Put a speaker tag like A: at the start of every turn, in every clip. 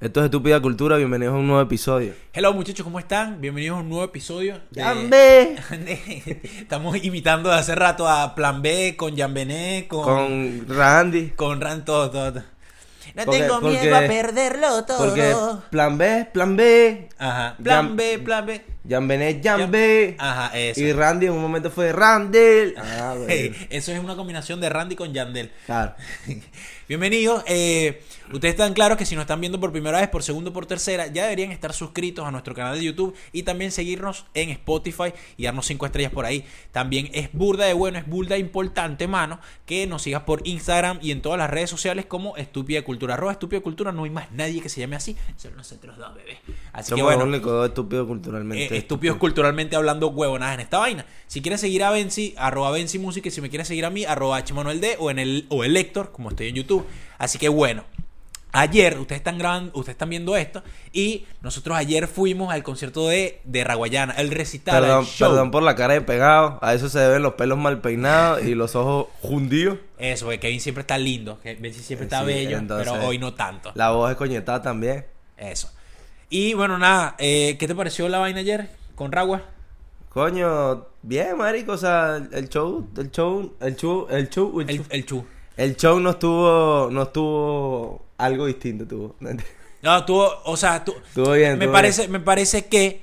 A: Esto es Estúpida Cultura, bienvenidos a un nuevo episodio.
B: Hello muchachos, ¿cómo están? Bienvenidos a un nuevo episodio. de-
A: ¡Yambe!
B: Estamos imitando de hace rato a Plan B con Jambené, con, con...
A: Con Randy.
B: Ran todo, todo, todo. No
A: Porque-
B: tengo
A: porque-
B: miedo a perderlo todo.
A: Porque plan B, plan B.
B: Ajá. Plan
A: Jam-
B: B, plan B.
A: Jambené,
B: Jam-
A: Jambe.
B: Ajá, ah, eso.
A: Y Randy en un momento fue Randall. Ah, bueno.
B: Ey, Eso es una combinación de Randy con Yandel.
A: Claro.
B: Bienvenidos. eh, ustedes están claros que si nos están viendo por primera vez, por segundo, por tercera, ya deberían estar suscritos a nuestro canal de YouTube y también seguirnos en Spotify y darnos cinco estrellas por ahí. También es burda de bueno, es burda importante, mano, que nos sigas por Instagram y en todas las redes sociales como Estúpida Cultura. Arroba Estúpida Cultura, no hay más nadie que se llame así, solo nosotros dos, bebé. Así
A: Somos
B: que bueno.
A: los únicos dos estúpidos culturalmente.
B: Eh, estúpidos culturalmente hablando huevonadas en esta vaina. Si quieres seguir a Benzi, arroba Benzi Music, y si me quieres seguir a mí, arroba Hmanuel D o en el o el Héctor, como estoy en YouTube. Así que bueno. Ayer, ustedes están grabando, ustedes están viendo esto, y nosotros ayer fuimos al concierto de, de Raguayana, el recital,
A: Perdón,
B: al show.
A: perdón por la cara de pegado. A eso se deben los pelos mal peinados y los ojos hundidos.
B: Eso, porque Kevin siempre está lindo, que Benzi siempre está
A: Sí,
B: bello,
A: entonces,
B: pero hoy no tanto.
A: La voz es coñetada también.
B: Eso. Y bueno, nada, eh, ¿qué te pareció la vaina ayer con Ragua?
A: Coño, bien, marico. O sea, el- el show, el show, el show, el show, el
B: El,
A: show,
B: el Chu.
A: el show no estuvo, no estuvo algo distinto, tuvo.
B: No, tú, o sea, tú.
A: Estuvo bien,
B: me
A: estuvo
B: parece, me parece que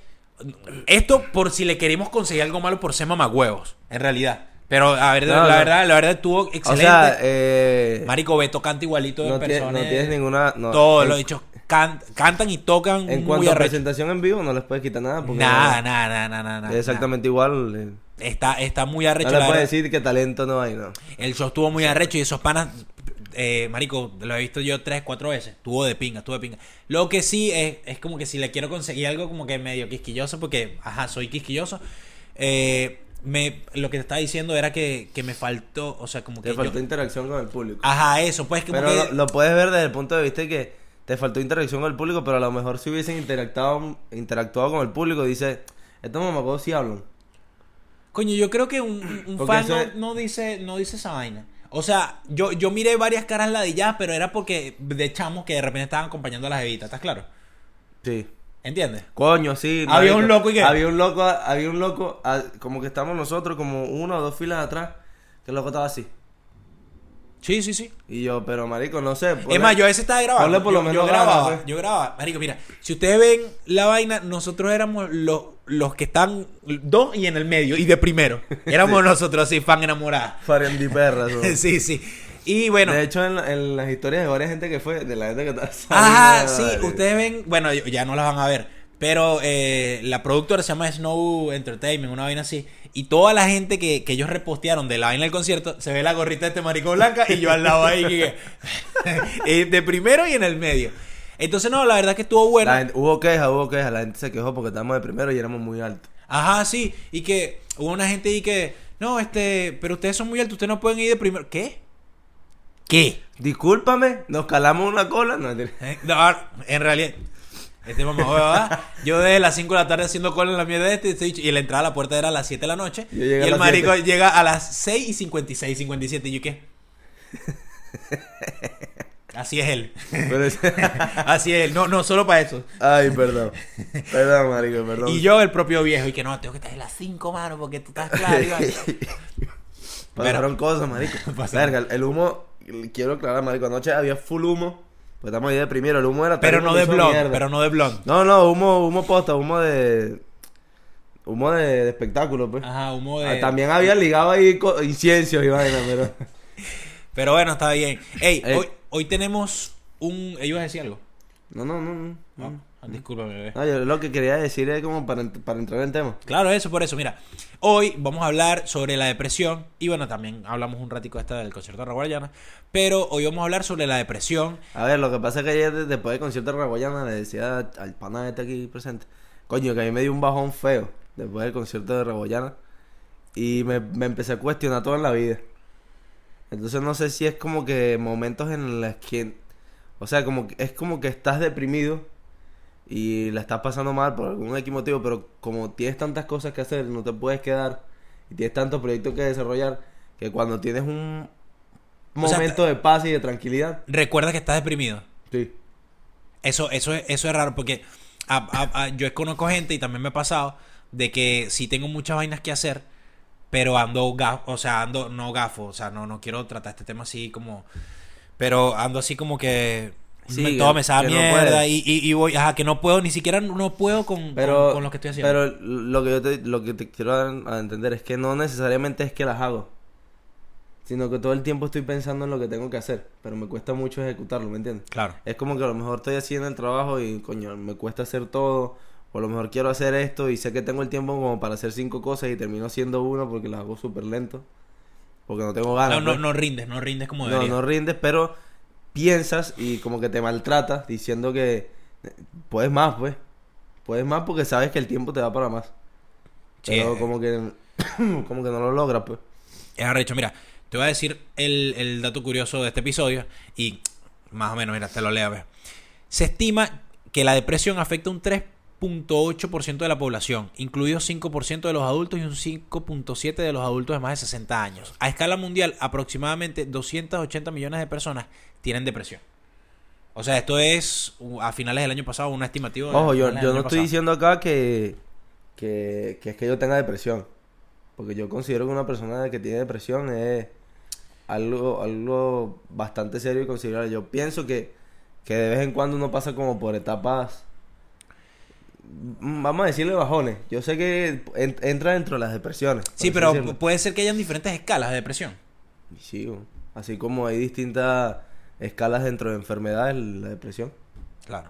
B: esto por si le queremos conseguir algo malo por ser mamagüevos, en realidad. Pero a ver,
A: No,
B: la
A: no.
B: verdad, la verdad estuvo
A: O
B: excelente.
A: sea, eh,
B: Marico Beto canta igualito de
A: no, tie-
B: persona.
A: no tienes ninguna. No,
B: Todo
A: en,
B: lo dicho, can- cantan y tocan
A: En
B: muy
A: cuanto a
B: arrecho.
A: presentación en vivo, no les puedes quitar nada. Porque
B: Nada, nada, nada, nada, nada.
A: Es exactamente igual. eh.
B: Está, está muy
A: No
B: arrecho.
A: les
B: la
A: puedes
B: verdad.
A: decir que talento no hay, no.
B: El show estuvo muy arrecho y esos panas, eh, marico, lo he visto yo tres, cuatro veces. Estuvo de pinga, estuvo de pinga. Lo que sí es, es como que si le quiero conseguir algo como que medio quisquilloso, porque, ajá, soy quisquilloso. eh, me, lo que te estaba diciendo era que, que me faltó, o sea, como que...
A: Te
B: yo-
A: faltó interacción con el público.
B: ajá, eso, pues como
A: Pero
B: que...
A: lo, lo puedes ver desde el punto de vista de que te faltó interacción con el público, pero a lo mejor si hubiesen interactado, interactuado con el público, dices, estos mamacos sí hablan.
B: Coño, yo creo que un, un
A: Porque
B: fan
A: eso
B: no,
A: es-
B: no dice, no dice esa vaina. O sea, yo, yo miré varias caras ladilladas, pero era porque de chamos que de repente estaban acompañando a las evitas, ¿estás claro?
A: Sí.
B: ¿Entiendes?
A: Coño, sí.
B: Había
A: marico.
B: un loco, ¿y qué?
A: Había un loco, había un loco, ah, como que estamos nosotros, como una o dos filas atrás, que el loco estaba así.
B: Sí, sí, sí.
A: Y yo, pero marico, no sé. ponle-
B: Es más, yo a veces estaba grabando.
A: Ponle por lo
B: yo,
A: menos
B: yo
A: ganas,
B: grababa,
A: pues.
B: yo grababa. Marico, mira, si ustedes ven la vaina, nosotros éramos los, los que están dos y en el medio y de primero. Éramos nosotros así, fan enamorada.
A: Farendi perra. eso.
B: sí, sí. Y bueno,
A: De hecho, en, la- en las historias de varias gente que fue, de la gente que estaba
B: ajá,
A: saliendo,
B: sí,
A: marico.
B: ustedes ven, bueno, yo- ya no las van a ver, pero eh, la productora se llama Snow Entertainment, una vaina así. Y toda la gente que, que ellos repostearon de la vaina del concierto, se ve la gorrita de este marico blanca y yo al lado ahí, que- eh, de primero y en el medio. Entonces, no, la verdad que estuvo bueno.
A: La gente- hubo quejas, hubo quejas. La gente se quejó porque estábamos de primero y éramos muy altos.
B: Ajá, sí. Y que hubo una gente ahí que, no, este, pero ustedes son muy altos, ustedes no pueden ir de primero. ¿Qué? ¿Qué?
A: Discúlpame, nos calamos una cola. No, mentira.
B: Eh, no, ahora, en realidad, este mamá, ¿verdad? yo desde las 5 de la tarde haciendo cola en la mierda de este, este bicho, y la entrada a la puerta era a las 7 de la noche.
A: Yo
B: Y
A: llegué a
B: el
A: las
B: marico
A: 7.
B: llega a las 6 y 56, 57. ¿Y yo qué? Así es él.
A: Pero es-
B: Así es él. No, no, solo para eso.
A: Ay, perdón. Perdón, marico, perdón.
B: Y yo, el propio viejo, y que no, tengo que estar en las 5, mano, porque tú estás claro. Iván.
A: Pasaron cosas, marico.
B: Pasaron.
A: Verga, el- el humo, quiero aclarar, marico, anoche había full humo. Pues estamos ahí de primero, el humo era...
B: Pero no de blog,
A: blog
B: pero no de blog.
A: No, no, humo, humo posta, humo de... Humo de, de espectáculo, pues.
B: Ajá, humo de.
A: Ah, también había ligado ahí co- incienso y vaina, pero...
B: Pero bueno, está bien. Ey,
A: Ey.
B: Hoy, hoy tenemos un. ¿Ellos decían algo?
A: No, no, no, no.
B: No,
A: No,
B: ah, discúlpame, bebé.
A: No, yo lo que quería decir es como para, ent- para entrar en tema.
B: Claro, eso, por eso. Mira, hoy vamos a hablar sobre la depresión. Y bueno, también hablamos un ratico esta del concierto de Raguayana. Pero hoy vamos a hablar sobre la depresión.
A: A ver, lo que pasa es que ayer de- después del concierto de Raguayana le decía al pana este aquí presente, coño, que a mí me dio un bajón feo después del concierto de Raguayana y me, me empecé a cuestionar todo en la vida. Entonces no sé si es como que momentos en los que, o sea, como que- es como que estás deprimido y la estás pasando mal por algún X motivo, pero como tienes tantas cosas que hacer, no te puedes quedar y tienes tantos proyectos que desarrollar que cuando tienes un
B: O sea,
A: momento de paz y de tranquilidad,
B: Recuerda que estás deprimido.
A: sí.
B: Eso, eso, es- eso es raro porque a- a- a- yo conozco gente y también me ha pasado de que sí tengo muchas vainas que hacer, pero ando gafo, o sea, ando no gafo, o sea, no, no quiero tratar este tema así como, pero ando así como que
A: Sí,
B: me,
A: que-
B: todo me sabe a
A: que no
B: mierda
A: puedes.
B: y, y- y voy, ajá, que no puedo, ni siquiera no puedo con,
A: Pero,
B: con, con lo que estoy haciendo.
A: Pero lo que yo te, lo que te quiero dar a entender es que no necesariamente es que las hago, sino que todo el tiempo estoy pensando en lo que tengo que hacer, pero me cuesta mucho ejecutarlo, ¿me entiendes?
B: claro.
A: Es como que a lo mejor estoy así en el trabajo y coño, me cuesta hacer todo, o a lo mejor quiero hacer esto y sé que tengo el tiempo como para hacer cinco cosas y termino haciendo una porque las hago súper lento, porque no tengo ganas.
B: No, no,
A: pues.
B: no rindes, no rindes como
A: No,
B: deberías.
A: no rindes, pero piensas y como que te maltratas diciendo que eh, puedes más, pues. Puedes más porque sabes que el tiempo te da para más.
B: Sí,
A: pero
B: eh.
A: como que como que no lo logras, pues.
B: Es arrecho, mira, te voy a decir el, el dato curioso de este episodio y más o menos, mira, te lo leo a ver. Se estima que la depresión afecta a un 3.8% de la población, incluidos 5% de los adultos y un 5.7% de los adultos de más de 60 años. A escala mundial, aproximadamente 280 millones de personas tienen depresión. O sea, esto es uh, a finales del año pasado, un estimativo. de
A: Ojo, yo,
B: finales del
A: yo
B: año
A: no estoy
B: pasado.
A: diciendo acá que, que, que es que yo tenga depresión. Porque yo considero que una persona que tiene depresión es algo, algo bastante serio y considerable. Yo pienso que, que de vez en cuando uno pasa como por etapas, mm, vamos a decirle bajones. Yo sé que en- entra dentro de las depresiones. por
B: Sí,
A: así
B: pero
A: decirlo.
B: puede ser que hayan diferentes escalas de depresión.
A: Y sí, güey. así como hay distintas escalas dentro de enfermedades, la depresión.
B: Claro.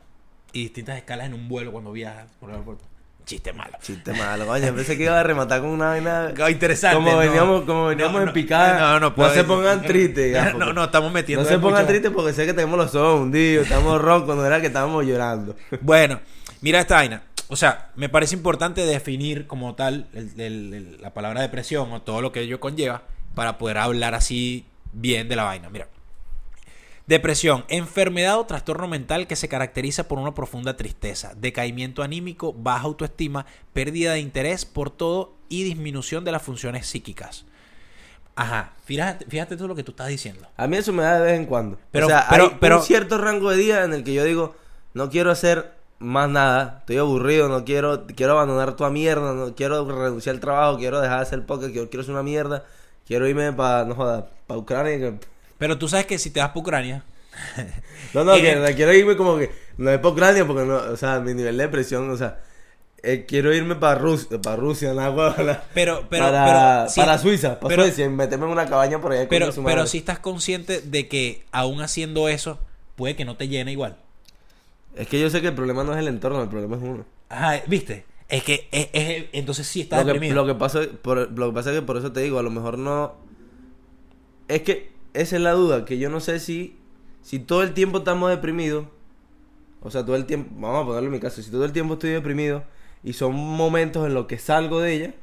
B: Y distintas escalas en un vuelo cuando viajas por el aeropuerto. Chiste malo.
A: Chiste malo, coño. Pensé que iba a rematar con una vaina...
B: Algo Interesante.
A: Como
B: no.
A: veníamos, como veníamos
B: No,
A: en
B: no,
A: picada.
B: No, no, puedo-
A: se pongan tristes. ya,
B: No,
A: porque-
B: no, estamos metiendo.
A: no se
B: en
A: pongan
B: mucho-
A: tristes porque sé que tenemos los ojos hundidos, estamos roncos, no era que estábamos llorando.
B: Bueno, mira esta vaina. O sea, me parece importante definir como tal el- el- el- la palabra depresión o todo lo que ello conlleva para poder hablar así bien de la vaina. Mira. Depresión, enfermedad o trastorno mental que se caracteriza por una profunda tristeza, decaimiento anímico, baja autoestima, pérdida de interés por todo y disminución de las funciones psíquicas. Ajá, fíjate, fíjate todo lo que tú estás diciendo.
A: A mí eso me da de vez en cuando.
B: Pero-
A: o sea,
B: pero-
A: hay
B: pero-
A: un cierto rango de día en el que yo digo, no quiero hacer más nada, estoy aburrido, no quiero, quiero abandonar toda mierda, no quiero renunciar al trabajo, quiero dejar de hacer podcast, quiero, quiero ser una mierda, quiero irme para, no joda, para Ucrania. que-
B: Pero tú sabes que si te vas para Ucrania,
A: No, no,
B: Eh,
A: que no quiero irme como que. No es para Ucrania porque no. O sea, mi nivel de depresión, o sea. eh, quiero irme para Rusia, para Rusia, nada, huevo, la-
B: Pero- pero-
A: para,
B: pero sí-
A: para Suiza, para
B: pero-
A: Suecia, y meterme en una cabaña por allá.
B: Pero,
A: coño, su
B: pero
A: madre.
B: si estás consciente de que aún haciendo eso, puede que no te llene igual.
A: Es que yo sé que el problema no es el entorno, el problema es uno.
B: Ajá, eh, ¿viste? Es que es, es- entonces sí estás
A: Lo que,
B: deprimido.
A: lo que pasa, por- lo que pasa es que por eso te digo, a lo mejor no. Es que esa es la duda, que yo no sé si. Si todo el tiempo estamos deprimidos. O sea, todo el tiempo. Vamos a ponerlo en mi caso. Si todo el tiempo estoy deprimido. Y son momentos en los que salgo de ella.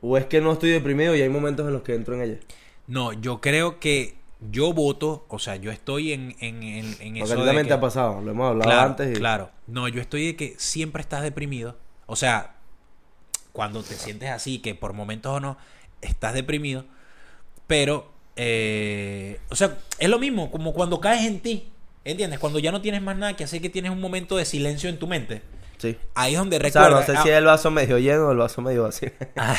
A: O es que no estoy deprimido y hay momentos en los que entro en ella.
B: No, yo creo que yo voto, o sea, yo estoy en, en, en, en
A: Porque
B: eso.
A: a ti
B: de
A: también
B: que-
A: te ha pasado. Lo hemos hablado
B: claro,
A: antes. Y...
B: claro. No, yo estoy de que siempre estás deprimido. O sea, cuando te sientes así, que por momentos o no, estás deprimido. Pero, eh, o sea, es lo mismo, como cuando caes en ti. ¿Entiendes? Cuando ya no tienes más nada que hacer, que tienes un momento de silencio en tu mente.
A: Sí.
B: Ahí es donde
A: O sea,
B: recuerdas.
A: no sé si es el vaso medio lleno o el vaso medio vacío.
B: Ah,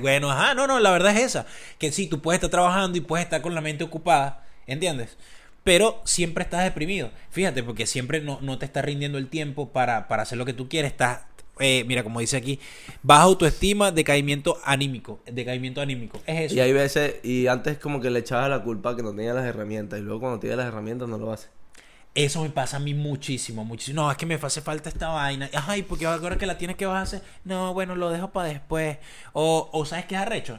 B: bueno, ajá, no, no, la verdad es esa. Que sí, tú puedes estar trabajando y puedes estar con la mente ocupada, ¿entiendes? Pero siempre estás deprimido. Fíjate, porque siempre no, no te está rindiendo el tiempo para, para hacer lo que tú quieres. Estás, eh, mira, como dice aquí, baja autoestima, decaimiento anímico. Decaimiento anímico. Es
A: Y
B: eso.
A: hay veces, y antes como que le echabas la culpa que no tenía las herramientas, y luego cuando tienes las herramientas no lo haces.
B: Eso me pasa a mí muchísimo, muchísimo. No, es que me hace falta esta vaina. Ay, porque ahora que la tienes que vas a hacer. No, bueno, lo dejo para después. O, o ¿sabes qué es arrecho?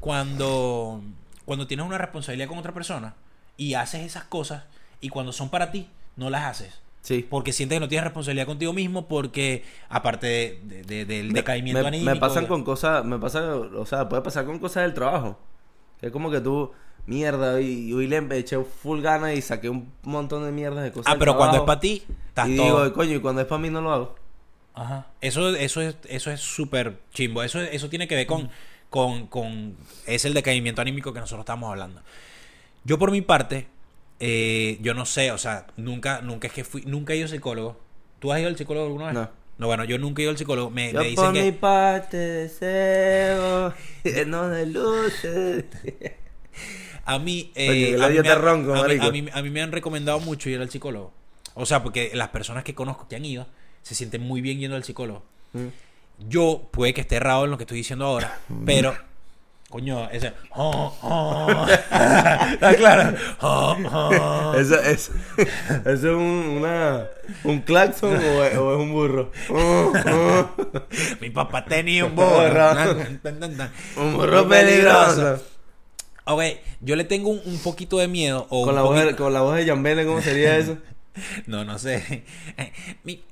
B: Cuando, cuando tienes una responsabilidad con otra persona y haces esas cosas y cuando son para ti, no las haces.
A: Sí.
B: Porque sientes que no tienes responsabilidad contigo mismo porque, aparte de- de- de- del decaimiento
A: me,
B: anímico.
A: me pasan
B: de-
A: con cosas, me pasa, o sea, puede pasar con cosas del trabajo. Es como que tú, mierda, y hoy le eché full gana y saqué un montón de mierdas de cosas.
B: Ah,
A: del
B: pero cuando es
A: trabajo.
B: para ti, estás
A: Y
B: todo...
A: digo, coño, y cuando es para mí no lo hago.
B: Ajá. Eso, eso es, eso es súper chimbo. Eso, eso tiene que ver con, con, con- es el decaimiento anímico que nosotros estamos hablando. Yo por mi parte, eh, yo no sé, o sea, nunca, nunca es que fui, nunca he ido al psicólogo. ¿Tú has ido al psicólogo alguna vez?
A: No.
B: bueno, yo nunca he ido al psicólogo. Me,
A: Yo
B: Eh, me dicen
A: por mi
B: que.
A: parte deseo lleno de luces.
B: A mí. eh,
A: Oye, el
B: a, mí
A: labio
B: me
A: está
B: han-
A: ronco,
B: a, mí,
A: marico.
B: a mí- a mí me han recomendado mucho ir al psicólogo. O sea, porque las personas que conozco que han ido se sienten muy bien yendo al psicólogo.
A: Mm.
B: Yo puede que esté errado en lo que estoy diciendo ahora, pero. Coño, ese. "Oh, Está claro. "Oh,
A: Eso, eso- eso es un, una, un claxon o es, o es un burro. Oh, oh.
B: Mi papá tenía un borro. Tan, tan, tan, tan.
A: un burro peligroso.
B: Ok, yo le tengo un, un poquito de miedo. O
A: Con
B: un
A: la, voz de,
B: poquito-
A: con la voz de Yambele, ¿cómo sería eso?
B: No, no sé. Mi-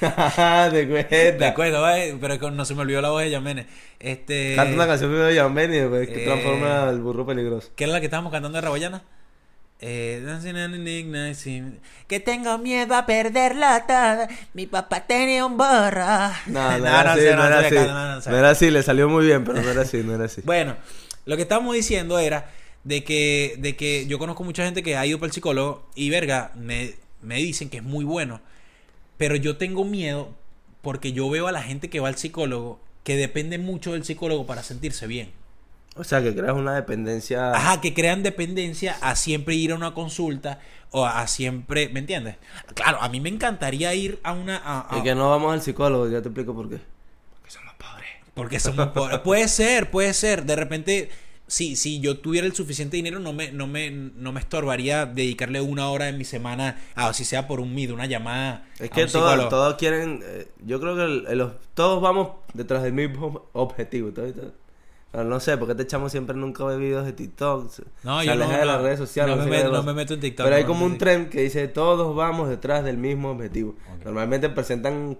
A: de
B: De
A: cuenta.
B: acuerdo, eh, pero con- no se me olvidó la voz de Yamene. Este,
A: Canta una canción primero de Yambele y después que
B: eh,
A: transforma al burro peligroso.
B: ¿Qué era la que estábamos cantando de Raboyana? Eh, dancing on an ignite scene. que tengo miedo a perderla toda. Mi papá tenía un borra.
A: No, no era así, no era así. No era así, le salió muy bien, pero no era así, no era así.
B: Bueno, lo que estábamos diciendo era de que, de que yo conozco mucha gente que ha ido para el psicólogo y verga, me, me dicen que es muy bueno. Pero yo tengo miedo porque yo veo a la gente que va al psicólogo que depende mucho del psicólogo para sentirse bien.
A: O sea, que creas una dependencia.
B: Ajá, que crean dependencia a siempre ir a una consulta o a siempre, ¿me entiendes? Claro, a mí me encantaría ir a una... a- a-
A: Y que no vamos al psicólogo, ya te explico por qué.
B: Porque somos pobres. Puede ser, puede ser. De repente, si, si yo tuviera el suficiente dinero, no me, no me, no me estorbaría dedicarle una hora de mi semana, a, si sea por un mid, una llamada.
A: Es
B: a
A: que
B: un
A: todos,
B: psicólogo.
A: todos quieren. eh, yo creo que el- el- los, todos vamos detrás del mismo objetivo. todo- todo. Pero no sé, porque este chamo siempre nunca ve videos de TikTok. se-
B: No,
A: se
B: yo
A: aleja
B: no,
A: de
B: no.
A: las redes sociales.
B: No me
A: sé qué
B: meto- no
A: cosa.
B: me meto en TikTok,
A: Pero hay
B: no,
A: como
B: no
A: un
B: sé.
A: tren que dice: todos vamos detrás del mismo objetivo.
B: Ok.
A: Normalmente presentan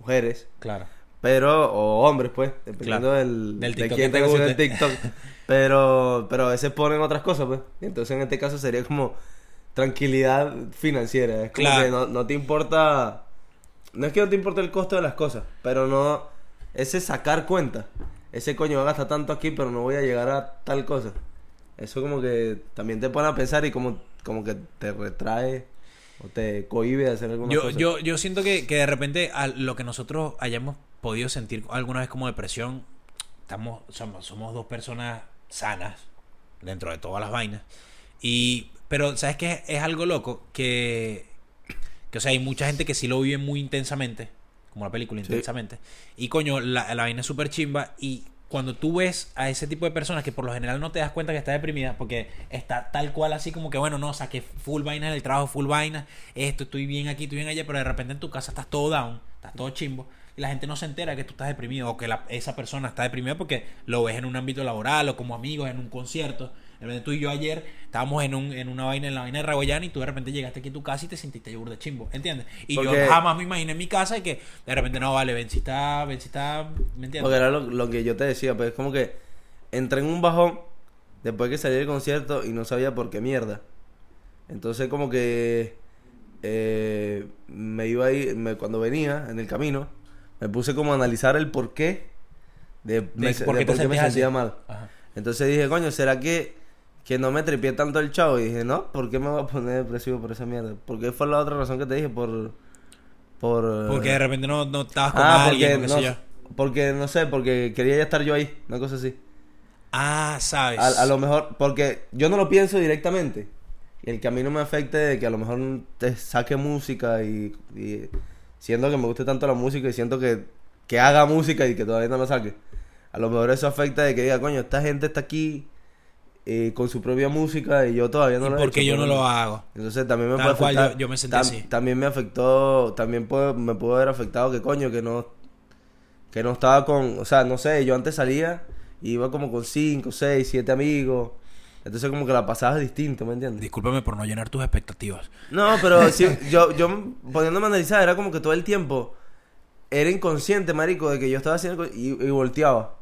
A: mujeres.
B: Claro.
A: Pero, o hombres, pues, dependiendo
B: Claro.
A: del,
B: Del
A: de
B: TikTok
A: quién
B: que
A: te
B: te
A: gusta el
B: guste.
A: TikTok. Pero, pero a veces ponen otras cosas, pues. Y entonces en este caso sería como tranquilidad financiera. Es como
B: Claro.
A: que no, no te importa. No es que no te importa el costo de las cosas, pero no. Ese sacar cuenta. Ese coño va a gastar tanto aquí, pero no voy a llegar a tal cosa. Eso como que también te pone a pensar y como, como que te retrae o te cohíbe de hacer alguna
B: Yo,
A: cosa.
B: yo, yo siento que, que de repente a lo que nosotros hayamos podido sentir alguna vez como depresión, estamos, somos, somos dos personas sanas dentro de todas las vainas. Y, pero, ¿sabes qué? Es algo loco que, que, o sea, hay mucha gente que sí lo vive muy intensamente, como la película,
A: Sí.
B: intensamente. Y coño, la, la vaina es súper chimba. Y cuando tú ves a ese tipo de personas que por lo general no te das cuenta que está deprimida, porque está tal cual así como que, bueno, no, saqué full vaina del trabajo, full vaina, esto, estoy bien aquí, estoy bien allá, pero de repente en tu casa estás todo down, estás todo chimbo. Y la gente no se entera que tú estás deprimido o que la- esa persona está deprimida porque lo ves en un ámbito laboral o como amigos, en un concierto. De repente tú y yo ayer estábamos en, un, en una vaina, en la vaina de Raboyana y tú de repente llegaste aquí a tu casa y te sentiste yogur de chimbo, ¿entiendes? Y
A: Porque-
B: yo jamás me imaginé en mi casa y que de repente no, vale, ven si está, ven si está, ¿me entiendes?
A: Porque era lo, lo que yo te decía, pues es como que entré en un bajón después que salí del concierto y no sabía por qué mierda. Entonces como que eh, me iba ahí, me, cuando venía en el camino, me puse como a analizar el por qué de, me- de por qué me
B: sentías así.
A: sentía mal.
B: Ajá.
A: Entonces dije, coño, ¿será que, que no me tripié tanto el chavo? Y dije, no, ¿por qué me voy a poner depresivo por esa mierda? Porque fue la otra razón que te dije, por... por
B: Porque de repente no, no estabas con
A: Ah, porque,
B: alguien, o qué sé
A: no,
B: yo.
A: porque no sé, porque quería ya estar yo ahí, una cosa así.
B: Ah, sabes.
A: A, a lo mejor, porque yo no lo pienso directamente. Y el que a mí no me afecte de que a lo mejor te saque música y, y siendo que me guste tanto la música y siento que, que haga música y que todavía no la saque. A lo mejor eso afecta de que diga, coño, esta gente está aquí eh, con su propia música y yo todavía no
B: y
A: lo he
B: porque
A: hecho,
B: yo no
A: coño".
B: lo hago.
A: Entonces también me
B: Tal
A: puede
B: cual,
A: afectar-
B: yo- yo me sentí así.
A: También me afectó, también puede- me pudo haber afectado que coño, que no, que no estaba con, o sea, no sé, yo antes salía y iba como con 5, 6, 7 amigos. Entonces como que la pasabas distinto, ¿me entiendes?
B: Discúlpame por no llenar tus expectativas.
A: No, pero sí, yo, yo poniéndome a analizar, era como que todo el tiempo era inconsciente, marico, de que yo estaba haciendo co- y, y volteaba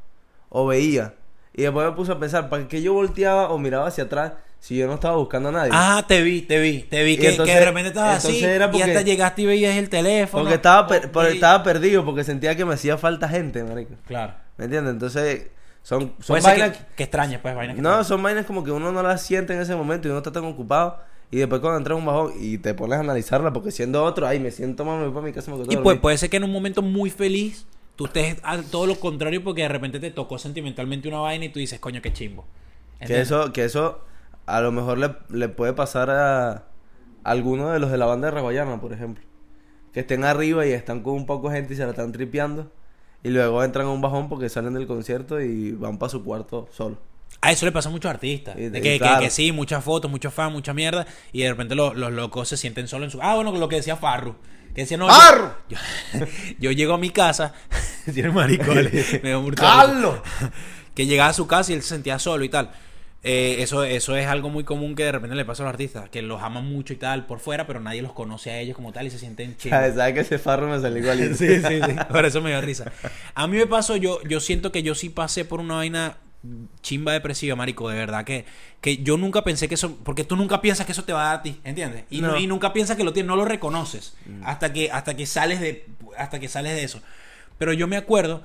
A: o veía. Y después me puse a pensar, ¿para qué yo volteaba o miraba hacia atrás si yo no estaba buscando a nadie?
B: Ah, te vi, te vi, te vi
A: Y
B: que,
A: entonces-
B: que de repente estabas así
A: entonces era
B: y
A: porque-
B: hasta llegaste y veías el teléfono.
A: Porque estaba, per-
B: O-
A: por-
B: Oh, y-
A: estaba perdido, porque sentía que me hacía falta gente, marico.
B: Claro.
A: ¿Me entiendes? Entonces, son, son
B: Puede ser
A: vainas...
B: que, que extrañas, pues, vainas que
A: No, son vainas como que uno no las siente en ese momento y uno está tan ocupado Y después cuando entras en un bajón y te pones a analizarla, porque siendo otro, ay, me siento mal, me voy para mi casa, me quedo
B: Y pues puede ser que en un momento muy feliz tú estés a todo lo contrario porque de repente te tocó sentimentalmente una vaina y tú dices, coño, qué chimbo.
A: Que
B: ¿Entiendes?
A: eso, que eso a lo mejor le, le puede pasar a alguno de los de la banda de Raguayana, por ejemplo. Que estén arriba y están con un poco de gente y se la están tripeando. Y luego entran a un bajón porque salen del concierto y van para su cuarto solo.
B: A eso le pasa a muchos artistas.
A: Y-
B: De
A: y
B: que, que-
A: claro.
B: que sí, muchas fotos, muchos fans, mucha mierda. Y de repente lo- los locos se sienten solos en su. Ah, bueno, lo que decía Farru. Que decía, no. yo-
A: ¡Farru!
B: Yo, yo llego a mi casa. Tiene maricones. Me da mucho-
A: ¡Carlos!
B: Que llegaba a su casa y él se sentía solo y tal. Eh, eso, eso es algo muy común que de repente le pasa a los artistas. Que los aman mucho y tal por fuera, pero nadie los conoce a ellos como tal y se sienten chidos.
A: ¿Sabes? ¿Sabes Ah, que ese farro me salió igualito?
B: Sí, sí, sí. Por eso me dio risa. A mí me pasó, yo, yo siento que yo sí pasé por una vaina chimba depresiva, marico, de verdad que, que yo nunca pensé que eso, porque tú nunca piensas que eso te va a dar a ti, ¿entiendes? Y,
A: No.
B: y nunca piensas que lo tienes, no lo reconoces hasta que, hasta que sales de, hasta que sales de eso. Pero yo me acuerdo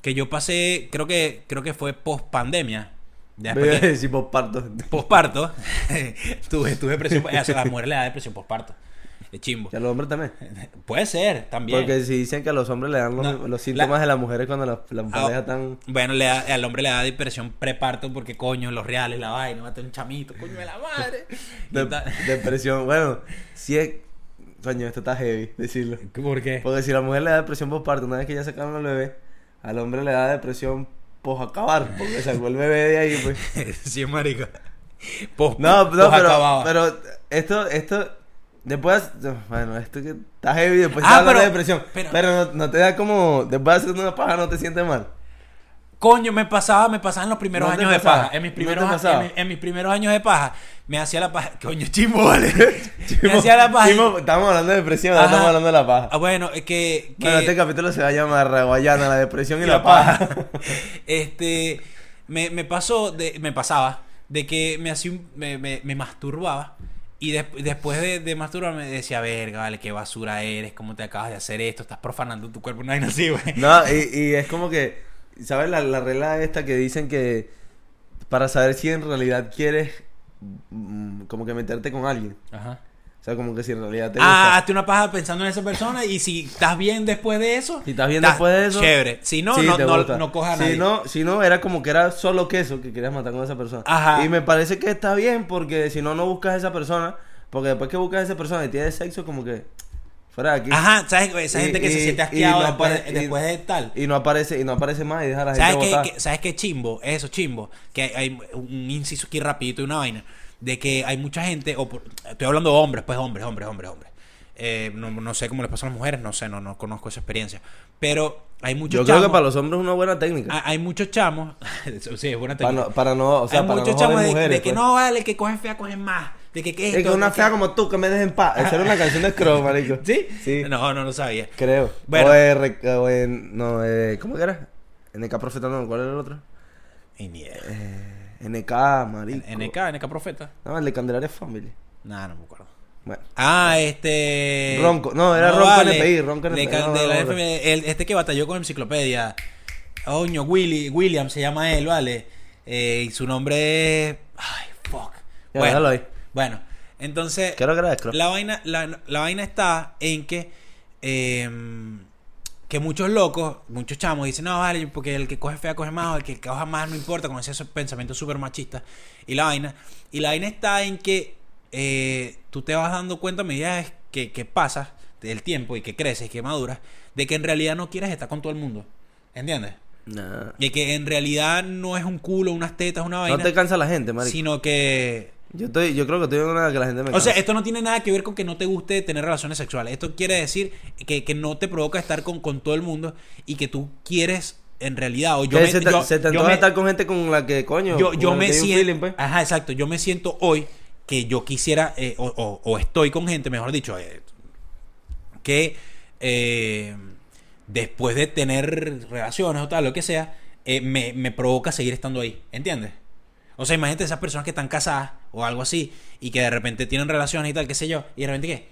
B: que yo pasé, creo que, creo que fue post pandemia.
A: Me iba a decir posparto.
B: Posparto, tuve, tuve depresión, o sea, a las mujeres le da depresión posparto, de chimbo.
A: Y a los hombres también.
B: Puede ser, también.
A: Porque si dicen que a los hombres le dan los,
B: No,
A: los síntomas
B: la-
A: de las mujeres cuando las, las
B: Ah,
A: parejas están...
B: Bueno, le da- al hombre le da depresión preparto porque coño, los reales, la vaina, va a tener un chamito, coño de la madre. Y
A: de-
B: tal.
A: depresión. Bueno, si es... Coño, esto está heavy, decirlo.
B: ¿Por qué?
A: Porque si a la mujer le da depresión postparto, una vez que ya sacaron al bebé, al hombre le da depresión pos acabar, porque sacó el bebé de ahí, pues.
B: sí, marico. Pos-
A: No,
B: pos
A: no, pero,
B: acababa.
A: pero esto, esto, después, bueno, esto que está heavy, después
B: Ah,
A: se habla
B: pero-
A: de depresión,
B: pero-
A: pero, no, no te da como, después de hacer una paja no te sientes mal.
B: Coño, me pasaba, me pasaba en los primeros
A: ¿No te
B: años de
A: pasaba?
B: paja. En mis
A: ¿No
B: primeros,
A: te pasaba?
B: en, mi- en mis primeros años de paja, me hacía la paja. Coño, chimbo, vale. me
A: Tipo,
B: hacía la paja.
A: tipo, estamos hablando de depresión, ahora
B: Ajá.
A: estamos hablando de la paja.
B: Ah, bueno, es que. que-
A: Bueno, este capítulo se va a llamar Raguayana, la depresión y, la, paja.
B: este, me, me pasó, de, me pasaba, de que me hacía un- me, me- me masturbaba. Y des- después de, de masturbarme decía, verga, vale, qué basura eres, cómo te acabas de hacer esto, estás profanando tu cuerpo, una vaina así, güey.
A: No, y, y es como que, ¿sabes la, la regla esta que dicen que para saber si en realidad quieres mm, como que meterte con alguien?
B: Ajá.
A: O sea, como que si en realidad te
B: Ah,
A: gusta.
B: hazte una paja pensando en esa persona y si estás bien después de eso.
A: Si estás bien después de eso.
B: Chévere. Si no,
A: sí,
B: no,
A: te
B: no,
A: gusta.
B: no cojas a
A: si
B: nadie.
A: No, si no, era como que era solo queso que querías matar con esa persona.
B: Ajá.
A: Y me parece que está bien porque si no, no buscas a esa persona. Porque después que buscas a esa persona y tienes sexo, como que fuera de aquí.
B: Ajá, ¿sabes? Esa
A: Y-
B: gente que se
A: y-
B: siente
A: y
B: asqueado
A: no
B: después,
A: apare- y-
B: después de tal.
A: Y no aparece, y no aparece más y deja a la
B: ¿Sabes
A: gente
B: qué,
A: botada.
B: qué- ¿Sabes qué chimbo? Eso, chimbo. Que hay, hay un inciso aquí rapidito y una vaina. De que hay mucha gente, o por- estoy hablando de hombres, pues hombres, hombres, hombres, hombres. Eh, no, no sé cómo les pasa a las mujeres, no sé, no, no conozco esa experiencia. Pero hay muchos
A: Yo creo que para los hombres es una buena técnica.
B: ha- Hay muchos chamos. sí, es buena
A: Para
B: Ah, técnica.
A: no, para no, o sea,
B: hay
A: para
B: muchos
A: no
B: chamos
A: joder
B: de,
A: mujeres,
B: de que
A: pues.
B: no vale, que cogen fea, cogen más. De que, que
A: Es
B: esto,
A: que una
B: de que-
A: fea como tú, que me dejes en paz. Esa era una canción de Scrooge, marico.
B: ¿Sí?
A: Sí.
B: No, no lo sabía.
A: Creo.
B: Bueno.
A: O, de re- o en- no, eh, ¿cómo que era? NK Profeta, no, ¿cuál era el otro?
B: Y ni-
A: Eh, NK, marico.
B: NK, NK Profeta.
A: No, el de Candelaria Family.
B: Nada, no me acuerdo.
A: Bueno.
B: Ah, este.
A: Ronco. No, era Ronco NPI, Ronco
B: De
A: NPI,
B: Cal-
A: no,
B: de
A: no,
B: la
A: no, no.
B: FM, el- este que batalló con enciclopedia. Oño, Willy, William se llama él, ¿vale? Eh, y su nombre es. Ay, fuck.
A: Ya, déjalo ahí.
B: bueno, entonces.
A: Creo que era de Scrooge.
B: La vaina, la, la vaina está en que. em, que muchos locos, muchos chamos dicen, no, vale, porque el que coge fea coge más, o el que coja más no importa, con ese pensamiento súper machista. Y la vaina. Y la vaina está en que eh, tú te vas dando cuenta a medida que, que pasas del tiempo y que creces y que maduras, de que en realidad no quieres estar con todo el mundo. ¿Entiendes?
A: Nah.
B: De que en realidad no es un culo, unas tetas, una
A: No
B: vaina,
A: te cansa la gente, marico.
B: sino que
A: Yo, estoy, yo creo que estoy en una que la gente me
B: o
A: cansa.
B: sea, eh, esto no tiene nada que ver con que no te guste tener relaciones sexuales. Esto quiere decir que, que no te provoca estar con, con todo el mundo y que tú quieres en realidad. O yo
A: Que
B: me,
A: se te,
B: yo-
A: se te
B: yo
A: antoja
B: me-
A: estar con gente con la que, coño.
B: yo,
A: con
B: yo
A: la que
B: me
A: hay un
B: siento.
A: feeling, pues.
B: Ajá, exacto. Yo me siento hoy que yo quisiera, eh, o, o- o estoy con gente, mejor dicho, eh, que eh, después de tener relaciones o tal, lo que sea, eh, me, me provoca seguir estando ahí. ¿Entiendes? O sea, imagínate esas personas que están casadas o algo así y que de repente tienen relaciones y tal, qué sé yo, y de repente qué.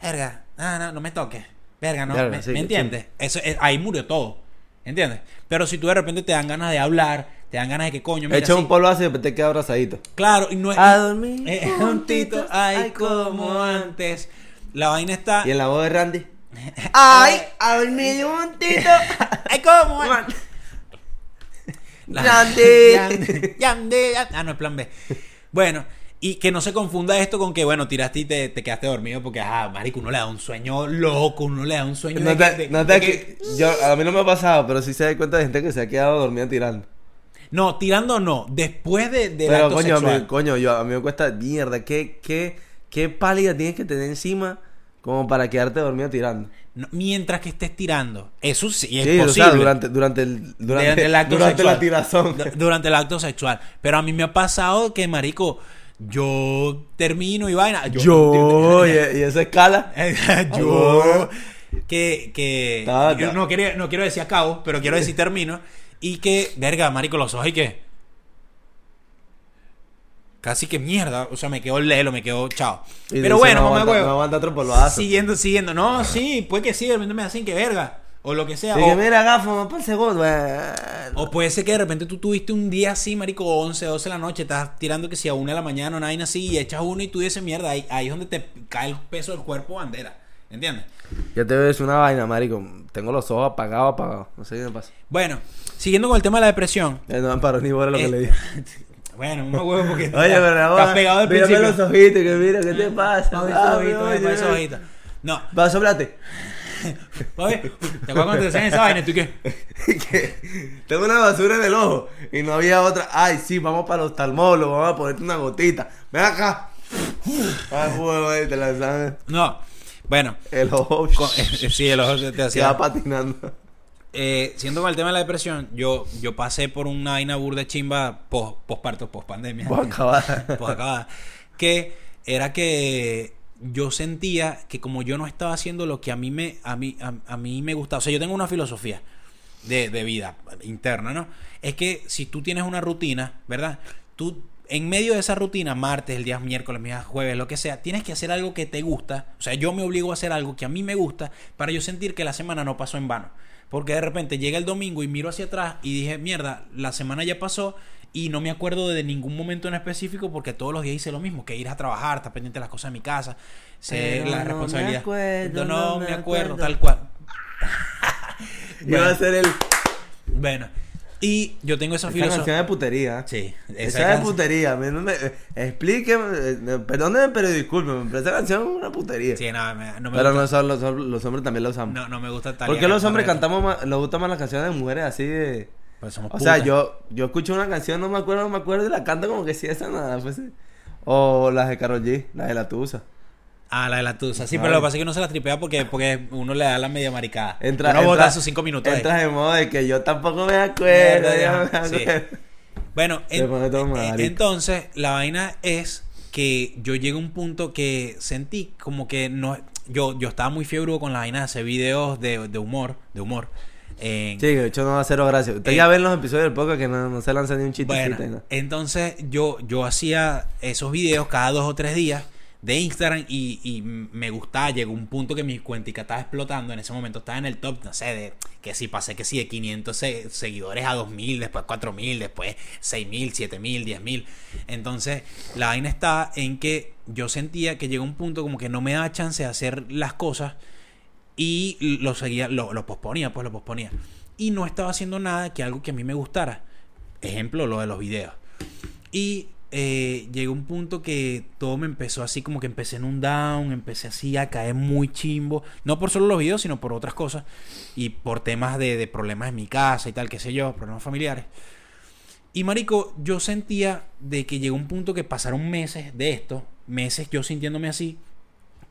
B: Verga, no, no, no me toques. Verga, no.
A: Verga,
B: ¿Me,
A: sí,
B: me
A: sí.
B: entiendes? Eso, eh, ahí murió todo. ¿Entiendes? Pero si tú de repente te dan ganas de hablar, te dan ganas de que coño. Mira,
A: Echa
B: sí.
A: un polvo así y después te queda abrazadito.
B: Claro, y no es.
A: A dormir
B: Eh,
A: juntitos,
B: Juntito, ay,
A: ay,
B: como
A: como
B: antes. La vaina está.
A: Y en la voz de Randy. ¡Ay!
B: Eh,
A: ¡A dormir juntito!
B: Ay, como
A: Man.
B: antes. La-
A: Yandel.
B: Yandel, Yandel, Yand- Ah, no, es plan B. Bueno, y que no se confunda esto con que, bueno, tiraste y te, te quedaste dormido porque, ah, marico, uno le da un sueño loco, uno le da un sueño
A: No
B: de
A: te,
B: que- de-
A: no te-
B: de que-
A: yo- a mí no me ha pasado, pero sí se da cuenta de gente que se ha quedado dormida tirando.
B: No, tirando no, después de, del
A: Pero
B: acto
A: coño, a
B: sexual.
A: mí, coño, yo, a mí me cuesta mierda. ¿Qué, qué, qué pálida tienes que tener encima como para quedarte dormido tirando?
B: No, mientras que estés tirando. Eso sí es
A: Sí, o
B: posible.
A: sea, durante, durante el durante,
B: durante el acto
A: durante
B: sexual.
A: la tirazón.
B: Du- Durante el acto sexual. Pero a mí me ha pasado que, marico, yo termino y vaina.
A: Yo, Oh. y, y esa escala.
B: yo que, que
A: Ta, ta.
B: yo no, quería, no quiero decir acabo, pero quiero decir termino. Y que, verga, marico, los ojos y que. Casi que mierda. O sea, me quedó lelo, me quedó chao.
A: Y dice,
B: pero bueno,
A: no
B: mamá
A: aguanta,
B: huevo.
A: no aguanta otro polvazo.
B: Siguiendo, siguiendo. No, sí, puede que sí, de repente me hacen que verga. O lo que sea.
A: Dije,
B: o-
A: mira, gafo, más para el segundo. eh".
B: o puede ser que de repente tú tuviste un día así, marico, 11, 12 de la noche, estás tirando que si a 1 de la mañana, una vaina así, y echas uno y tú dices mierda, ahí, ahí es donde te cae el peso del cuerpo bandera. ¿Entiendes?
A: Yo te ves una vaina, marico. Tengo los ojos apagados, apagados. No sé qué me pasa.
B: Bueno, siguiendo con el tema de la depresión.
A: Eh, no me paró ni bola lo
B: Eh,
A: que le dije.
B: Bueno, un huevo porque
A: Oye, pero la
B: estás
A: boda,
B: pegado al
A: mírame
B: principio.
A: los ojitos, que mira, ¿qué te pasa?
B: Pa' ver esos
A: papi,
B: ojitos,
A: oye?
B: pa' ver esos ojitos. No,
A: Va, soplate.
B: oye, ¿te acuerdas cuando te hacían esa vaina? ¿Tú qué?
A: Que Tengo una basura en el ojo y no había otra. Ay, sí, vamos para los talmolos, vamos a ponerte una gotita. Ven acá. Ay, juego, te lanzan
B: No, bueno,
A: el ojo.
B: con- sí, el ojo se te
A: Se
B: hacía...
A: va patinando.
B: Eh, siendo con el tema de la depresión, yo, yo pasé por una vaina burda chimba pos- posparto, pospandemia.
A: Voy a acabar.
B: Posacabada. Que era que yo sentía que como yo no estaba haciendo lo que a mí me, a mí, a, a mí me gustaba. O sea, yo tengo una filosofía de, de vida interna, ¿no? Es que si tú tienes una rutina, ¿verdad? Tú en medio de esa rutina, martes, el día miércoles, el día jueves, lo que sea, tienes que hacer algo que te gusta. O sea, yo me obligo a hacer algo que a mí me gusta para yo sentir que la semana no pasó en vano. Porque de repente llega el domingo y miro hacia atrás y dije, mierda, la semana ya pasó y no me acuerdo de ningún momento en específico porque todos los días hice lo mismo, que ir a trabajar, estar pendiente de las cosas de mi casa, ser
A: Pero
B: la
A: no me
B: responsabilidad.
A: acuerdo,
B: no,
A: no
B: me
A: me
B: acuerdo,
A: acuerdo.
B: tal cual.
A: Iba a ser el.
B: Bueno, y yo tengo esa
A: Esa canción
B: filosofía.
A: de putería. ¿eh?
B: Sí, esa
A: Esa es
B: canción-
A: putería. a mí no me- Explíqueme. eh, Perdónenme, pero discúlpeme. Pero esa canción es una putería.
B: Sí, no, me- no me
A: Pero
B: gusta.
A: nosotros los, hom- los hombres también la usamos.
B: No, no me gusta tal.
A: ¿Por qué los hombres cantamos más, nos gustan más las canciones de mujeres así de.
B: Pues somos
A: O sea,
B: putas.
A: yo, yo escucho una canción, no me acuerdo, no me acuerdo, y la canto como que si esa nada fuese. O las de Carol G, las de la Tusa.
B: Ah, la de la tusa. Sí,
A: Ay.
B: pero lo que pasa es que no se la tripea porque, porque uno le da la media maricada.
A: Entra,
B: uno
A: entra-
B: bota sus cinco minutos. ahí.
A: Entras en modo de que yo tampoco me acuerdo,
B: Mierda,
A: yo no
B: ya.
A: me acuerdo.
B: Bueno,
A: Se
B: en-
A: pone todo
B: en-
A: marico.
B: entonces la vaina es que yo llegué a un punto que sentí como que no yo yo estaba muy fiebre con la vaina de hacer videos de, de humor, de humor. en-
A: Sí, que de hecho no va a cero gracia. Usted
B: Eh.
A: ya ven los episodios del podcast que no, no se lanza ni un chistecito. y
B: Bueno,
A: nada.
B: entonces yo, yo hacía esos videos cada dos o tres días de Instagram y, y me gustaba, llegó un punto que mi cuentica estaba explotando, en ese momento estaba en el top, no sé, de que si pasé que sí de 500 se- seguidores a 2000, después 4000, después 6000, 7000, 10000. Entonces, la vaina está en que yo sentía que llegó un punto como que no me daba chance de hacer las cosas y lo seguía, lo, lo posponía, pues lo posponía. Y no estaba haciendo nada que algo que a mí me gustara. Ejemplo, lo de los videos. Y eh, llegó un punto que todo me empezó así, como que empecé en un down, empecé así a caer muy chimbo. No por solo los videos, sino por otras cosas. Y por temas de, de problemas en mi casa y tal, qué sé yo, problemas familiares. Y marico, yo sentía de que llegó un punto que pasaron meses de esto, meses yo sintiéndome así,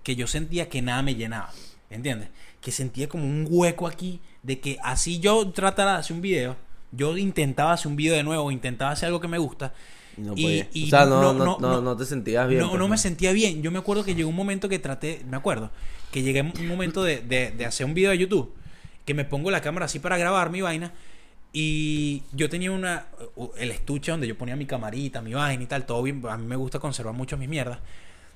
B: que yo sentía que nada me llenaba, ¿entiendes? Que sentía como un hueco aquí de que así yo tratara de hacer un video, yo intentaba hacer un video de nuevo, intentaba hacer algo que me gusta.
A: No
B: y-
A: podía.
B: y
A: o sea, no,
B: no-
A: no,
B: no-
A: no,
B: no-
A: no te sentías bien.
B: no,
A: pues,
B: no me sentía bien. Yo me acuerdo que llegó un momento que traté, me acuerdo, que llegué a un momento de, de- de hacer un video de YouTube, que me pongo la cámara así para grabar mi vaina. Y yo tenía una, el estuche donde yo ponía mi camarita, mi vaina y tal, todo bien. A mí me gusta conservar mucho mis mierdas.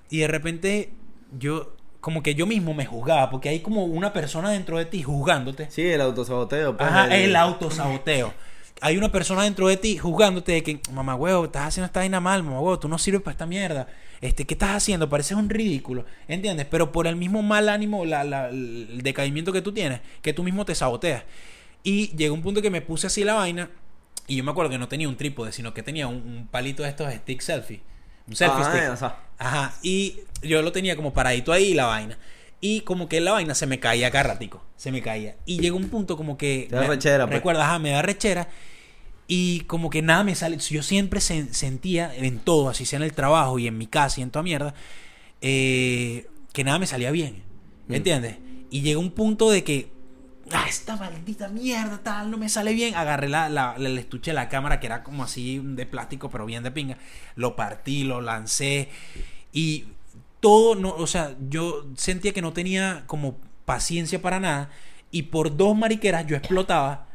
B: Y de repente yo, como que yo mismo me juzgaba, porque hay como una persona dentro de ti juzgándote.
A: Sí, el autosaboteo. pues,
B: Ajá,
A: el-
B: el autosaboteo. hay una persona dentro de ti juzgándote de que, mamá huevo, estás haciendo esta vaina mal, mamá huevo, tú no sirves para esta mierda. Este, ¿Qué estás haciendo? Pareces un ridículo, ¿entiendes? Pero por el mismo mal ánimo, la, la- el decaimiento que tú tienes, que tú mismo te saboteas. Y llegó un punto que me puse así la vaina y yo me acuerdo que no tenía un trípode, sino que tenía un, un palito de estos stick selfie. Un selfie
A: Ah,
B: stick.
A: o sea,
B: Ajá, y yo lo tenía como paradito ahí la vaina. Y como que la vaina se me caía cada ratico, se me caía. Y llegó un punto como que...
A: Te da
B: me-
A: rechera, pues.
B: Recuerda, ajá, me da rechera. Y como que nada me sale. Yo siempre sen- sentía en todo, así sea en el trabajo y en mi casa y en toda mierda, eh, que nada me salía bien. ¿Me
A: Mm.
B: entiendes? Y llegó un punto de que, ah, esta maldita mierda, tal, no me sale bien. Agarré la, la- la- el estuche de la cámara, que era como así de plástico, pero bien de pinga. Lo partí, lo lancé. Y todo, no, o sea, yo sentía que no tenía como paciencia para nada. Y por dos mariqueras yo explotaba.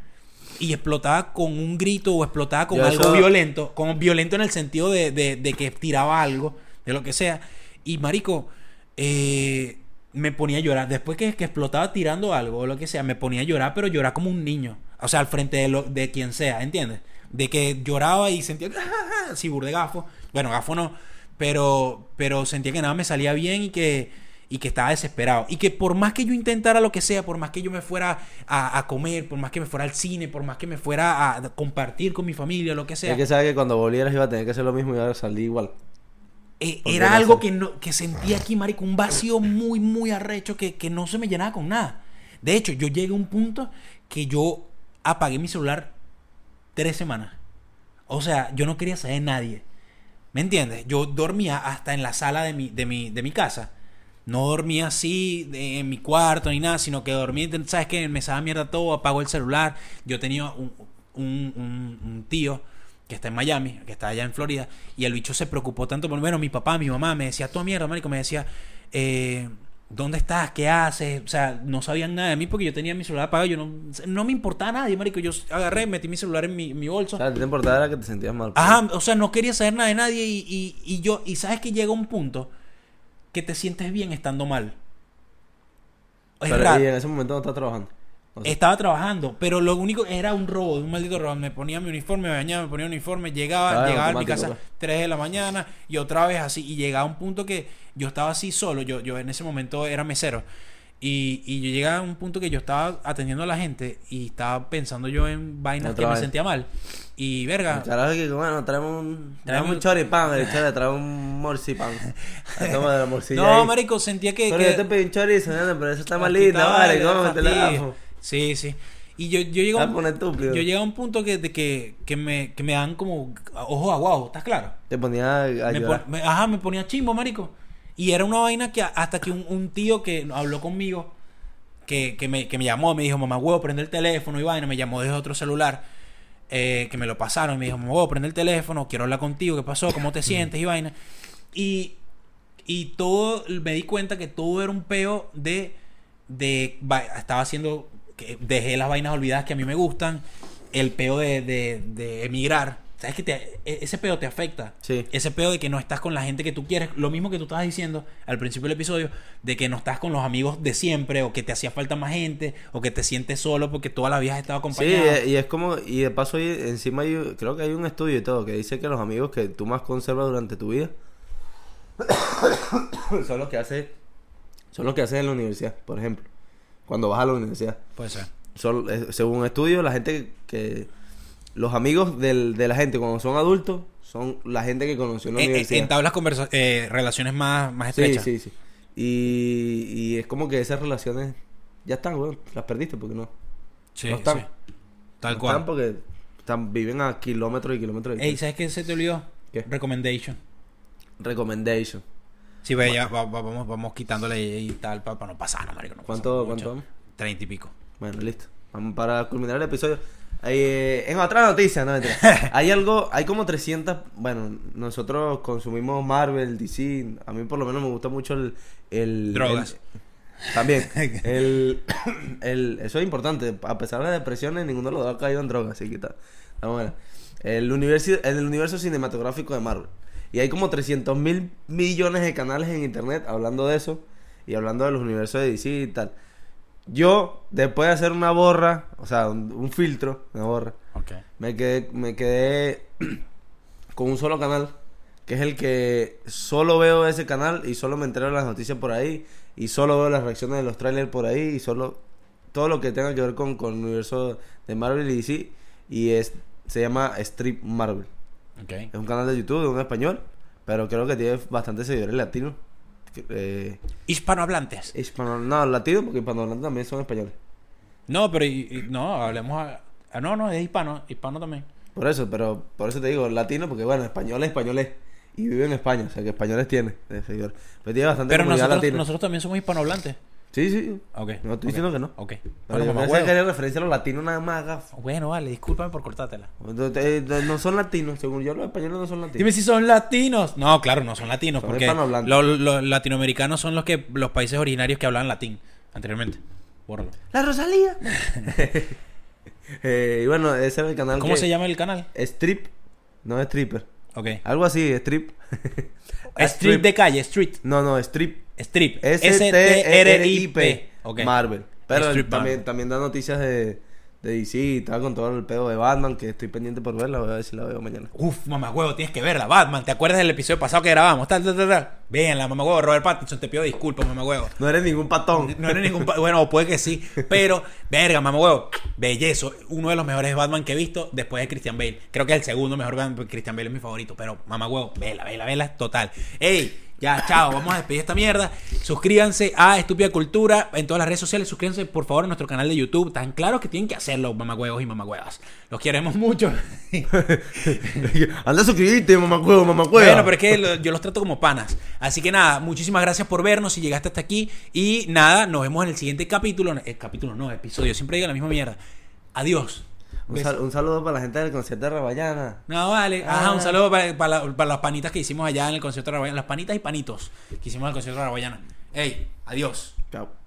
B: Y explotaba con un grito o explotaba con
A: Yo
B: algo
A: eso-
B: violento. Con violento en el sentido de, de- de que tiraba algo, de lo que sea. Y marico, eh, me ponía a llorar. Después que, que explotaba tirando algo o lo que sea, me ponía a llorar, pero llorar como un niño. O sea, al frente de, lo, de quien sea, ¿entiendes? De que lloraba y sentía ¡ah! si burde gafo. Bueno, gafo no. Pero, pero sentía que nada me salía bien y que, y que estaba desesperado. Y que por más que yo intentara lo que sea, por más que yo me fuera a, a comer, por más que me fuera al cine, por más que me fuera a compartir con mi familia, lo que sea,
A: es que sabes que cuando volvieras iba a tener que hacer lo mismo y iba a salir igual.
B: eh,
A: Porque
B: era
A: no
B: algo
A: sé.
B: que, no, que sentía aquí, marico, un vacío muy, muy arrecho que, que no se me llenaba con nada. De hecho, yo llegué a un punto que yo apagué mi celular tres semanas. O sea, yo no quería saber de nadie. ¿Me entiendes? Yo dormía hasta en la sala de mi, de mi, de mi casa. No dormía así de- en mi cuarto ni nada, sino que dormía, ¿sabes qué? Me daba mierda todo, apago el celular. Yo tenía un, un- un- un tío que está en Miami, que está allá en Florida, y el bicho se preocupó tanto por bueno, mi papá, mi mamá, me decía, toda mierda, marico, me decía, eh, ¿dónde estás? ¿Qué haces? O sea, no sabían nada de mí porque yo tenía mi celular apagado, yo no, no me importaba a nadie, marico, yo agarré, metí mi celular en mi, mi bolso.
A: O sea, a ti te importaba era que te sentías mal. pues.
B: Ajá, o sea, no quería saber nada de nadie y, y- y yo, y sabes que llega un punto que te sientes bien estando mal. Es
A: Pero,
B: raro.
A: y en ese momento no estás trabajando. O sea,
B: Estaba trabajando, pero lo único era un robo, un maldito robo. Me ponía mi uniforme, me bañaba, me ponía uniforme, llegaba,
A: Estaba en
B: llegaba a mi
A: automático,
B: casa
A: pues.
B: 3 de la mañana y otra vez así. Y llegaba un punto que yo estaba así solo, yo, yo en ese momento era mesero. Y, y yo llegaba a un punto que yo estaba atendiendo a la gente y estaba pensando yo en vainas
A: Otra
B: que me
A: vez.
B: sentía mal. Y verga,
A: Carajo, que bueno, traemos un, traemos
B: un-
A: un choripán, el chale, traemos un morcipán. Ah, Toma de la morcilla.
B: No,
A: ahí.
B: marico, sentía que.
A: Pero
B: que-
A: yo te pedí un chorizo, nena, pero eso está
B: Aquí
A: malita, vale,
B: da
A: cómetela.
B: fastidio. Sí, sí. Y yo, yo llego a
A: Estás
B: un-
A: por Ah, estúpido.
B: yo llegué a un punto que, de que, que me, que me dan como ojo aguado, ¿estás claro?
A: Te ponía a, a
B: Me
A: llorar.
B: pon- me- ajá, me ponía chimbo, marico. Y era una vaina que a- hasta que un, un tío que habló conmigo, que, que, me, que me llamó, me dijo, mamá, huevo, prende el teléfono y vaina, me llamó desde otro celular, eh, que me lo pasaron, y me dijo, mamá, huevo, prende el teléfono, quiero hablar contigo, ¿qué pasó? ¿Cómo te sientes? Y vaina. Y, y todo, me di cuenta que todo era un peo de, de va- estaba haciendo, que dejé las vainas olvidadas que a mí me gustan, el peo de, de, de emigrar. ¿Sabes que te- e- ese peo te afecta?
A: Sí.
B: ese pedo de que no estás con la gente que tú quieres, lo mismo que tú estabas diciendo al principio del episodio, de que no estás con los amigos de siempre, o que te hacía falta más gente, o que te sientes solo porque toda la vida has
A: Sí,
B: estado acompañado.
A: eh, y es como, y de paso ahí encima hay, creo que hay un estudio y todo que dice que los amigos que tú más conservas durante tu vida son los que haces, son los que haces en la universidad, por ejemplo, cuando vas a la universidad.
B: Puede ser.
A: Son, eh, según un estudio, la gente que, los amigos del- de la gente cuando son adultos son la gente que conoció en la
B: En- en-
A: universidad.
B: Eh, entablas conversa- eh, relaciones más, más
A: Sí,
B: estrechas.
A: sí, sí. Y, y es como que esas relaciones ya están, weón, las perdiste porque no.
B: Sí,
A: No están.
B: sí. Tal
A: No
B: cual.
A: Están porque están, viven a kilómetros y kilómetros. de
B: Ey, ¿sabes qué se te olvidó?
A: ¿Qué?
B: Recommendation.
A: Recommendation.
B: Sí, ve, ya va- va- vamos, vamos quitándole y tal para no pasar, marico. No
A: ¿Cuánto- cuánto?
B: Treinta y pico.
A: Bueno, listo. Vamos para culminar el episodio. Eh, en otra noticia, no mentira. Hay algo, hay como 300. Bueno, nosotros consumimos Marvel, DC. A mí, por lo menos, me gusta mucho el. el
B: Drogas.
A: el- también. El, el- eso es importante. A pesar de las depresiones, ninguno de los dos ha caído en drogas. Así que está, está buena. El universo, el universo cinematográfico de Marvel. Y hay como 300 mil millones de canales en internet hablando de eso. Y hablando de los universos de DC y tal. Yo, después de hacer una borra, o sea, un, un filtro, una borra,
B: Ok.
A: me quedé, me quedé con un solo canal, que es el que solo veo ese canal y solo me entero de las noticias por ahí, y solo veo las reacciones de los trailers por ahí, y solo todo lo que tenga que ver con, con el universo de Marvel y DC, y es, se llama Strip Marvel.
B: Ok.
A: Es un canal de YouTube de un español, pero creo que tiene bastantes seguidores latinos. Eh,
B: Hispanohablantes.
A: hispano- no, latinos porque hispanohablantes también son españoles.
B: No, pero y- y- no, hablemos a- ah, no, no, es hispano, hispano también.
A: Por eso, pero por eso te digo latino, porque bueno, españoles, españoles. Y vive en España, o sea que españoles tiene de seguidor. Pero tiene bastante
B: Pero
A: comunidad
B: nosotros,
A: latina.
B: nosotros también somos hispanohablantes.
A: Sí, sí.
B: Ok.
A: No estoy
B: ok,
A: diciendo que no.
B: Ok.
A: Pero
B: Bueno,
A: yo
B: mamá,
A: pensé
B: huevo.
A: que era referencia a los latinos nada más, gafo.
B: Bueno, vale, discúlpame por cortártela.
A: No te- no- No son latinos, según yo, los españoles no son latinos.
B: Dime si son latinos. No, claro, no son latinos,
A: Son
B: porque
A: hispanohablantes.
B: lo- los, latinoamericanos son los que los países originarios que hablaban latín anteriormente. Bórralo.
A: ¡La Rosalía! Eh, y bueno, ese era el canal
B: ¿Cómo
A: que-
B: se llama el canal?
A: Strip, no stripper.
B: Ok.
A: Algo así, strip.
B: Street de calle, street.
A: No, no, strip.
B: Strip.
A: S-T-R-I-P.
B: Ok.
A: Marvel. Pero
B: Strip
A: también,
B: Marvel.
A: también da noticias de, de DC y tal, con todo el pedo de Batman, que estoy pendiente por verla, voy a ver si la veo mañana.
B: Uf, mamá huevo, tienes que verla. Batman, ¿te acuerdas del episodio pasado que grabamos? Tal, tal, tal, tal. Véanla, mamá huevo. Robert Pattinson, te pido disculpas, mamá huevo.
A: No eres ningún patón.
B: No era ningún. pa- Bueno, puede que sí. Pero, verga, mamá huevo. Bellezo. Uno de los mejores Batman que he visto después de Christian Bale. Creo que el segundo mejor Batman. porque Christian Bale es mi favorito. Pero, mamá huevo. Vela, vela, vela. Total. Ey, ya, chao. Vamos a despedir esta mierda. Suscríbanse a Estúpida Cultura en todas las redes sociales. Suscríbanse, por favor, a nuestro canal de YouTube. Tan claro que tienen que hacerlo, mamá huevos y mamá huevas. Los queremos mucho.
A: Anda a suscribirte, mamacuevo, mamacuevo.
B: Bueno, pero es que lo- yo los trato como panas. Así que nada, muchísimas gracias por vernos si llegaste hasta aquí. Y nada, nos vemos en el siguiente capítulo. eh, capítulo no, episodio. Siempre digo la misma mierda. Adiós.
A: Un, sal- un saludo para la gente del concierto de Rabayana.
B: No, vale. Ajá,
A: Ah.
B: un saludo para, para la- para las panitas que hicimos allá en el concierto de Rabayana. Las panitas y panitos que hicimos en el concierto de Rabayana. Ey, adiós.
A: Chao.